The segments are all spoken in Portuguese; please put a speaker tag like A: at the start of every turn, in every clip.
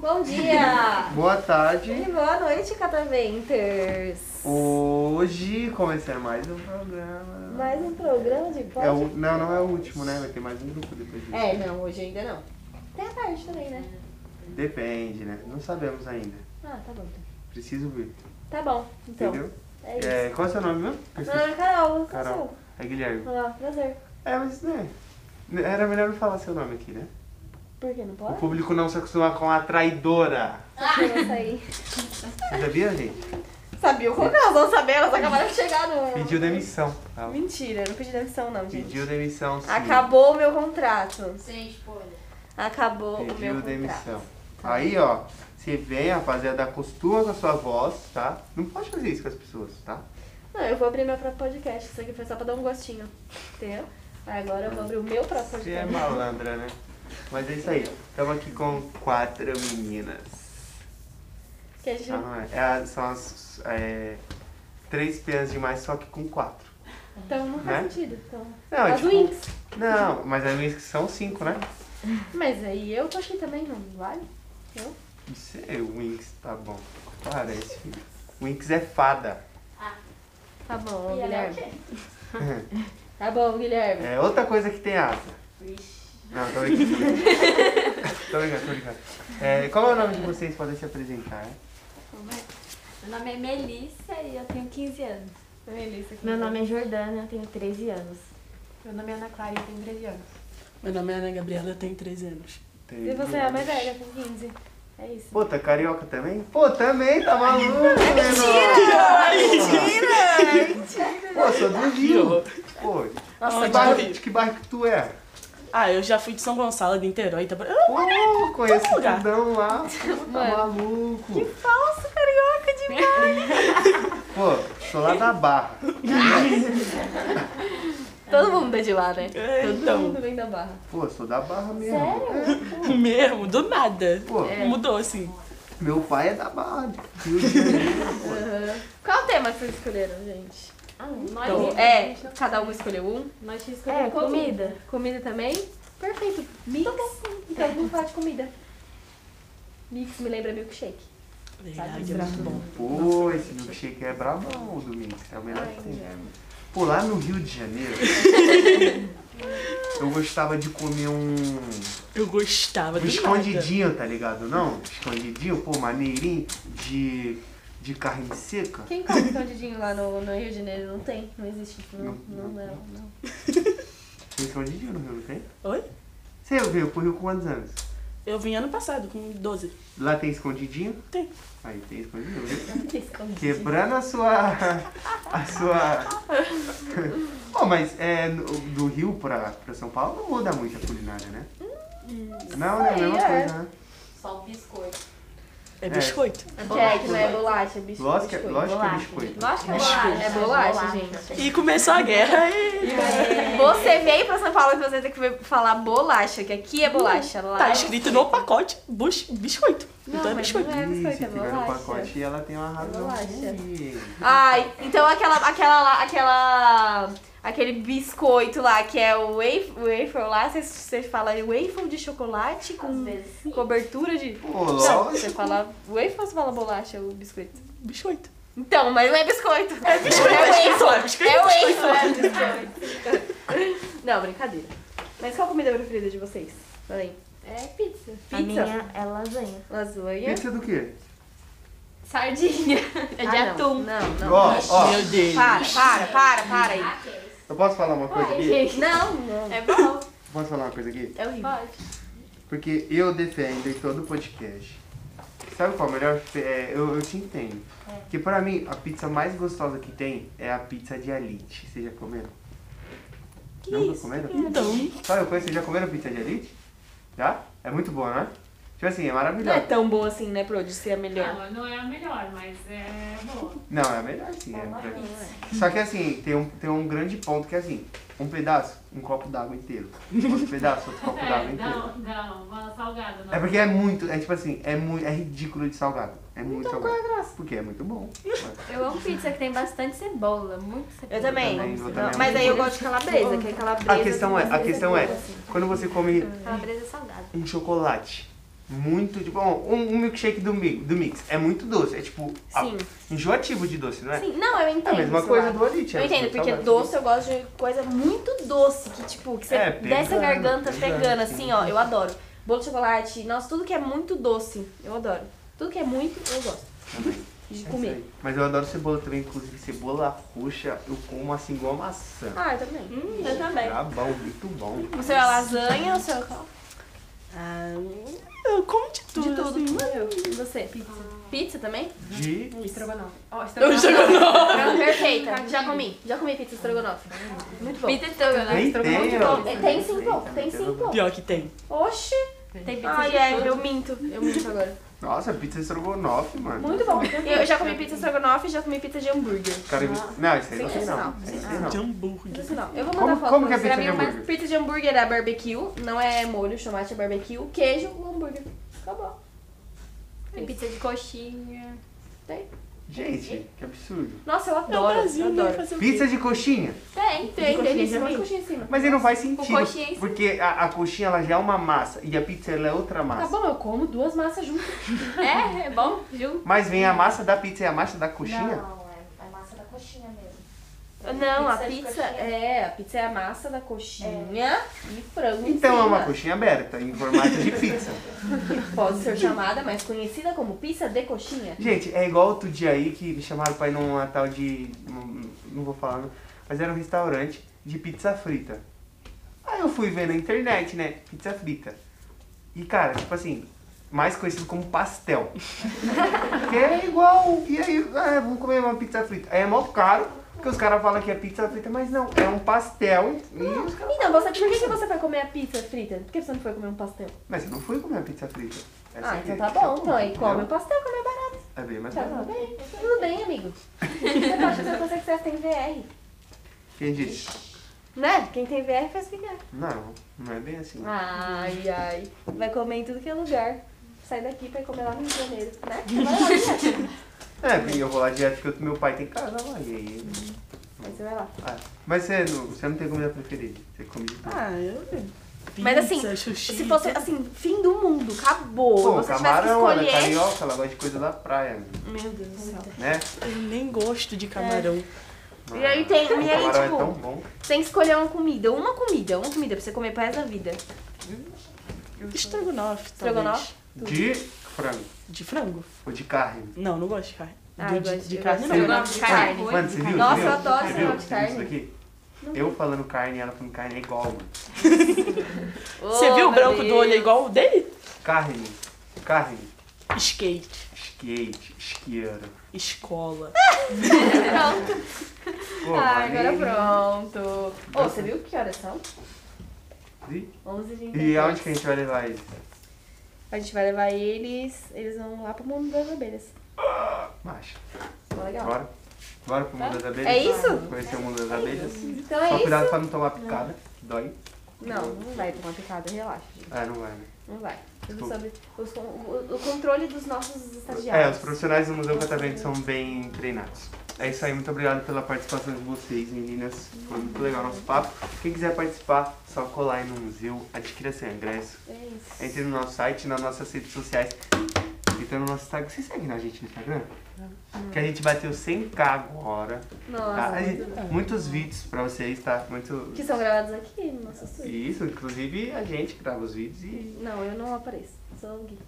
A: Bom dia!
B: Boa tarde.
A: E boa noite, Cataventers!
B: Hoje comecei mais um programa.
A: Mais um programa de
B: É o,
A: podcast?
B: não, não é o último, né? Vai ter mais um grupo depois disso.
A: É, não, hoje ainda não. Tem a tarde também, né?
B: Depende, né? Não sabemos ainda.
A: Ah, tá bom. então.
B: Preciso ver.
A: Tá bom, então.
B: Entendeu?
A: É isso.
B: É, qual é o seu nome mesmo? Eu
A: Meu
B: esqueci.
A: nome é Carol, eu
B: Carol.
A: sou.
B: É Guilherme.
A: Olá, prazer.
B: É, mas né? Era melhor não falar seu nome aqui, né?
A: Por que não
B: O
A: pode?
B: público não se acostuma com a traidora.
A: Só que eu vou sair.
B: Você sabia, gente?
A: Sabia o que elas vão saber, elas acabaram de chegar no.
B: Pediu demissão. tá?
A: Mentira, eu não pedi demissão, não, Então. gente.
B: Pediu demissão, sim.
A: Acabou o meu contrato.
C: Sem spoiler.
A: Acabou o meu
B: Pediu
A: contrato.
B: demissão. Aí, ó, você vem, rapaziada, acostuma com a sua voz, tá? Não pode fazer isso com as pessoas, tá?
A: Não, eu vou abrir meu próprio podcast. Isso aqui foi só pra dar um gostinho. Entendeu? Agora eu vou abrir o meu próprio
B: Você é
A: podcast.
B: malandra, né? Mas é isso aí. Estamos aqui com quatro meninas.
A: Que a gente
B: Ah, não é? É a- são as é, três penas demais, só que com quatro.
A: Então não faz
B: Né?
A: sentido. Então...
B: Não, é
A: As
B: tipo-
A: Winx.
B: Não, mas as minhas que são cinco, né?
A: Mas aí eu tô aqui também, não vale? Eu?
B: Não sei, o Winx, tá bom. Parece, filho. Winx é fada.
A: Tá bom,
C: E ela é o
A: Guilherme.
C: quê?
A: Tá bom, Guilherme.
B: É outra coisa que tem asa.
C: Vixe.
B: Não, tô brincando. tô brincando, tô brincando. É, qual é o nome de vocês? Podem se apresentar.
C: Como é? Meu nome é Melissa e eu tenho 15 anos.
A: Melissa, aqui.
D: Meu nome é Jordana, eu tenho 13 anos.
C: Meu nome é Ana Clara e eu tenho 13 anos.
E: Meu nome é Ana Gabriela, eu tenho 13 anos.
B: Tem-
A: E você é a mais velha, com 15. É isso.
B: Pô, tá carioca também? Pô, também, tá maluco,
A: É
B: Mentira! Mentira! Pô, sou do Rio. Pô, que
E: Onde
B: bairro,
E: foi?
B: de que bairro que tu é?
E: Ah, eu já fui de São Gonçalo, de Niterói, Itabora. Ah,
A: É
B: Pô, conheço o
E: lugar.
B: Tudão lá. Pô, Tá
A: Mano.
B: maluco.
A: Falso carioca demais.
B: Pô, sou lá da Barra.
A: Todo mundo é de lá, né?
E: É,
A: Todo
E: então.
A: mundo vem da barra.
B: Pô, sou da Barra mesmo. É,
E: mesmo, do nada.
B: Pô,
A: É
E: Mudou, assim.
B: meu pai é da Barra. Rio de Janeiro.
A: Aham. Qual o tema que vocês escolheram, gente?
C: Nós
E: Então,
A: É, cada um escolheu um.
C: Nós tínhamos
D: É, comida.
A: Comida também? Perfeito. Mix. Então vamos falar de comida. Mix me lembra milkshake.
E: Verdade, é muito bom.
B: Pô, esse milkshake é bravão, Domingos. É o melhor que tem. Pô, lá no Rio de Janeiro, eu gostava de comer um,
E: Eu gostava
B: um
E: do nada.
B: escondidinho, tá ligado? Não? Escondidinho, pô, maneirinho de, de carne seca.
A: Quem come escondidinho lá no, no Rio de Janeiro não tem? Não existe. Não, não,
B: Não,
A: não. não.
B: Tem escondidinho no Rio, não tem?
E: Oi?
B: Você veio pro Rio com quantos anos?
E: Eu vim ano passado, com 12.
B: Lá tem escondidinho?
E: Tem.
B: Aí tem escondidinho. viu?
A: Escondidinho.
B: Quebrando a sua. A sua. Pô, mas é, no- do Rio pra, pra São Paulo não muda muito a culinária, né? Não, né? A mesma
A: sei, Hum, é.
B: coisa, né?
C: Só um biscoito.
E: É biscoito.
A: Que é, que não é bolacha, é bicho.
B: Lógico que,
A: biscoito.
B: lógico que é
D: Bolacha.
B: biscoito.
A: Lógico que é bolacha. É bolacha,
D: Bolacha.
A: gente.
E: E começou a guerra e...
A: Você veio pra São Paulo e você tem que falar bolacha, que aqui é bolacha. Lá
E: Tá escrito no pacote bus- biscoito.
A: Não,
E: então é
A: mas não
E: biscoito.
A: é biscoito,
B: se
A: é
B: tiver no
A: bolacha.
B: pacote, ela tem uma razão. né?
A: Bolacha.
B: aí.
A: Ai, então aquela, aquela, lá- aquela, aquele biscoito lá que é o waf- wafer lá, você- você fala wafer de chocolate
C: Às
A: com
C: vezes sim.
A: cobertura de...
B: Pô,
A: Não,
B: lógico.
A: você fala wafer ou você fala bolacha, o biscoito?
E: Biscoito.
A: Então, mas não é biscoito. É
E: Biscoito é biscoito. é biscoito.
A: É wafer. É biscoito. Não, brincadeira. Mas qual a comida preferida de vocês? Além.
C: É pizza.
D: A minha é lasanha.
A: Lasanha.
B: Pizza do quê?
C: Sardinha. É de
A: Ah, não,
C: atum.
A: Não, não.
B: Ó, ó,
E: Meu Deus.
A: Para, para, para, para aí.
B: eu posso falar uma coisa aqui?
A: Não, não.
C: É bom.
B: Posso falar uma coisa aqui?
A: É horrível.
C: Pode.
B: Porque eu defendo em todo podcast. Sabe qual é o melhor? É, eu, eu te entendo. Porque pra mim, a pizza mais gostosa que tem é a pizza de alite. Vocês já comeram? Nunca comeram?
E: Então,
B: Sabe, eu conheço, vocês já comeram pizza de alite? Já? É muito boa, né? Tipo assim, é
A: Não é
B: maravilhosa.
A: tão boa assim, né, Pro? De ser a melhor.
F: Não, não é a melhor, mas é boa.
B: Não, é a melhor sim. é. Só que assim, tem um, tem um grande ponto que é assim, um pedaço, um copo d'água inteiro. Outro pedaço, outro copo d'água
F: É,
B: inteiro.
F: não, não, uma salgada. Não.
B: É porque é muito, é tipo assim, é muito, é ridículo de salgado. É muito salgado. Porque é muito bom.
C: Eu amo pizza que tem bastante cebola, muito cebola.
A: Eu também.
B: também, eu
A: Não,
B: também
A: mas
B: amo
A: aí eu gosto de calabresa, que é calabresa.
B: A questão é, a questão é,
A: assim.
B: quando você come
C: Calabresa salgada.
B: um chocolate muito de bom, um, um milkshake do, mi- do mix é muito doce, é tipo a-
A: Sim.
B: enjoativo de doce, não é?
A: Sim, não, eu
B: É a
A: entendo.
B: mesma
A: sei
B: coisa
A: lá.
B: do tipo, Olite.
A: Eu entendo, porque doce eu gosto de coisa muito doce, que tipo, que você
B: É,
A: desce a
B: pegando,
A: garganta
B: pegando,
A: pegando,
B: sim.
A: assim, ó, eu adoro. Bolo de chocolate, nossa, tudo que é muito doce, eu adoro. Tudo que é muito, eu gosto de comer.
B: É Mas eu adoro cebola também, inclusive cebola roxa, eu como assim igual uma maçã.
A: Ah, eu também. eu também.
B: Tá bom, muito bom.
A: O seu é lasanha, o seu é qual?
E: Ah, eu como de tudo.
A: De tudo.
E: assim.
A: E Você, pizza. Pizza também?
B: De
F: Estrogonofe.
A: Não, perfeita. Já comi. Já comi pizza estrogonofe. Muito bom.
C: Pizza
A: né?
C: estrogonofe.
B: nem tem, ó.
A: bom. É, Tem sim, pô, tem sim, pô.
E: Pior que tem.
A: Oxi.
C: Tem pizza
A: Ai,
C: de
A: é,
C: tudo.
A: eu minto. Eu minto agora.
B: Nossa, pizza estrogonofe, mano.
A: Muito bom. Eu já comi pizza estrogonofe e já comi pizza de hambúrguer.
B: Cara, não, isso aí não sei não.
A: Sensacional,
B: Isso aí não sei
E: um De
B: não.
E: hambúrguer.
A: Não, eu vou mandar
B: Como-
A: foto
B: como
A: Então, pra
B: que
A: vocês. Pra mim,
B: é pizza de hambúrguer?
A: mas Pizza de hambúrguer é barbecue, não é molho, tomate é barbecue, queijo, o hambúrguer. Acabou.
C: Tem pizza de coxinha.
B: Gente, que absurdo.
A: Nossa, eu
E: É o
A: adoro.
E: Brasil,
A: eu
E: né?
A: adoro.
E: Fazer o quê?
B: Pizza de coxinha.
C: Tem.
A: Tem, tem em cima,
D: também?
A: tem coxinha em cima.
B: Mas aí não faz sentido.
C: coxinha em cima.
B: porque a, a coxinha ela já é uma massa e a pizza ela é outra
A: Tá
B: massa.
A: bom, eu como duas massas juntas.
C: É, é bom. Junto.
B: Mas vem a massa da pizza e a massa da coxinha?
D: Não, é, é massa da coxinha mesmo.
A: Não, a
D: Pizza de
A: pizza
D: coxinha.
A: é, a pizza é a massa da coxinha e frango. em
B: Então é uma
A: cima.
B: coxinha aberta, em formato de pizza.
A: Pode ser chamada, mas conhecida como pizza de coxinha.
B: Gente, é igual outro dia aí que me chamaram pra ir numa tal de. num- Não vou falar, mas era um restaurante de pizza frita. Aí eu fui ver na internet, né? Pizza frita. E cara, tipo assim, mais conhecido como pastel. que é igual. E aí, ah, vamos comer uma pizza frita. Aí é mó caro, porque os caras falam que é pizza frita, mas não, é um pastel. E os caras.
A: Então, você, por que, que você foi comer a pizza frita? Por que você não foi comer um pastel?
B: Mas eu não fui comer a pizza frita. Essa
A: Ah,
B: aqui é
A: então
B: a
A: tá
B: pizza
A: bom. Então aí come o
B: entendeu?
A: pastel, come barato.
B: É bem mais
A: Tá
B: barato.
A: tudo bem. Tudo bem, amigo. Você pode fazer o que você quiser, assim, tem VR.
B: Quem disse?
A: Né? Quem tem VR faz ficar.
B: Não, não é bem assim.
A: Ai, ai. Vai comer em tudo que é lugar. Sai daqui pra ir comer lá no Rio de Janeiro, né? Vai lá, direto.
B: É, porque eu vou lá direto porque meu pai tem casa lá. E aí.
A: Mas você vai lá.
B: Ah, mas você não, você não tem comida preferida. Você come de tudo.
E: Ah, eu.
A: Mas assim,
E: Pizza, sushi. então,
A: Se fosse, assim, fim do mundo, acabou.
B: Pô,
A: você
B: camarão, ela é
A: tivesse que escolher...
B: carioca, ela gosta de coisa da praia,
A: Meu Deus do céu.
B: né?
E: Eu nem gosto de camarão.
A: É, E aí tem-
B: Mano,
A: e aí,
B: o camarão
A: tipo,
B: é tão bom.
A: Tem que escolher uma comida, uma comida, uma comida pra você comer pro resto da vida.
E: Estrogonofe,
A: Estrogonofe?
E: talvez.
B: De frango.
E: De frango?
B: Ou de carne.
E: Não, não gosto de carne.
A: Ah,
E: Do-
A: eu
E: de,
A: gosto-
E: de
A: eu
E: carne
A: gosto
E: não.
A: de
C: Estrogonofe de carne.
B: Mano, você viu?
A: Nossa,
B: você
A: eu
B: viu?
A: adoro
B: Você
A: estrogonofe
B: viu?
A: de
B: Você viu isso
A: carne.
B: daqui? Eu falando carne, ela falando carne é igual, mano.
E: Você viu
A: Oh,
E: o branco
A: meu
E: do olho é
A: Deus.
E: igual o dele?
B: Carne, carne,
E: Skate,
B: skate, isqueiro.
E: escola.
B: Pô,
A: Ah,
B: mano,
A: agora
B: e-
A: pronto. Ô, você viu que horas são?
B: E,
A: 11 de
B: e aonde que é? a gente vai levar isso?
A: A gente vai levar eles, eles vão lá pro mundo das abelhas.
B: Macho,
A: Tá legal.
B: bora? Bora pro mundo das abelhas?
A: É isso?
B: Conhecer o mundo das abelhas?
A: Então é
B: Só
A: isso.
B: cuidado pra não tomar picada, que dói.
A: Não, não vai tomar picada, relaxa, gente.
B: Ah, não vai, né?
A: Não vai. Tudo
B: Desculpa.
A: sobre os con- o, o controle dos nossos
B: É, os
A: estagiários.
B: profissionais do Museu Catavento são bem treinados. É isso aí, muito obrigado pela participação de vocês, meninas. Foi muito legal o nosso papo. Quem quiser participar, só colar aí no museu, adquira seu ingresso.
A: É isso.
B: Entre no nosso site, nas nossas redes sociais. Então no nosso Instagram. Vocês seguem a gente no Instagram? Que a gente bateu 100k agora.
A: Nossa.
B: Tá? A gente- muitos vídeos pra vocês, tá? Muito.
A: Que são gravados aqui no nosso estúdio.
B: Isso, inclusive a gente grava os vídeos e.
A: Não, eu não apareço. Sou um o Gui.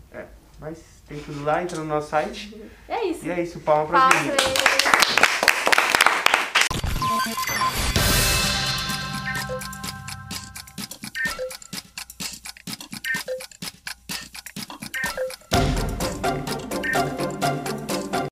B: Mas tem tudo lá, entra no nosso site.
A: É isso.
B: E é isso, palma pra
A: Palmas
B: meninas.
A: pra eles.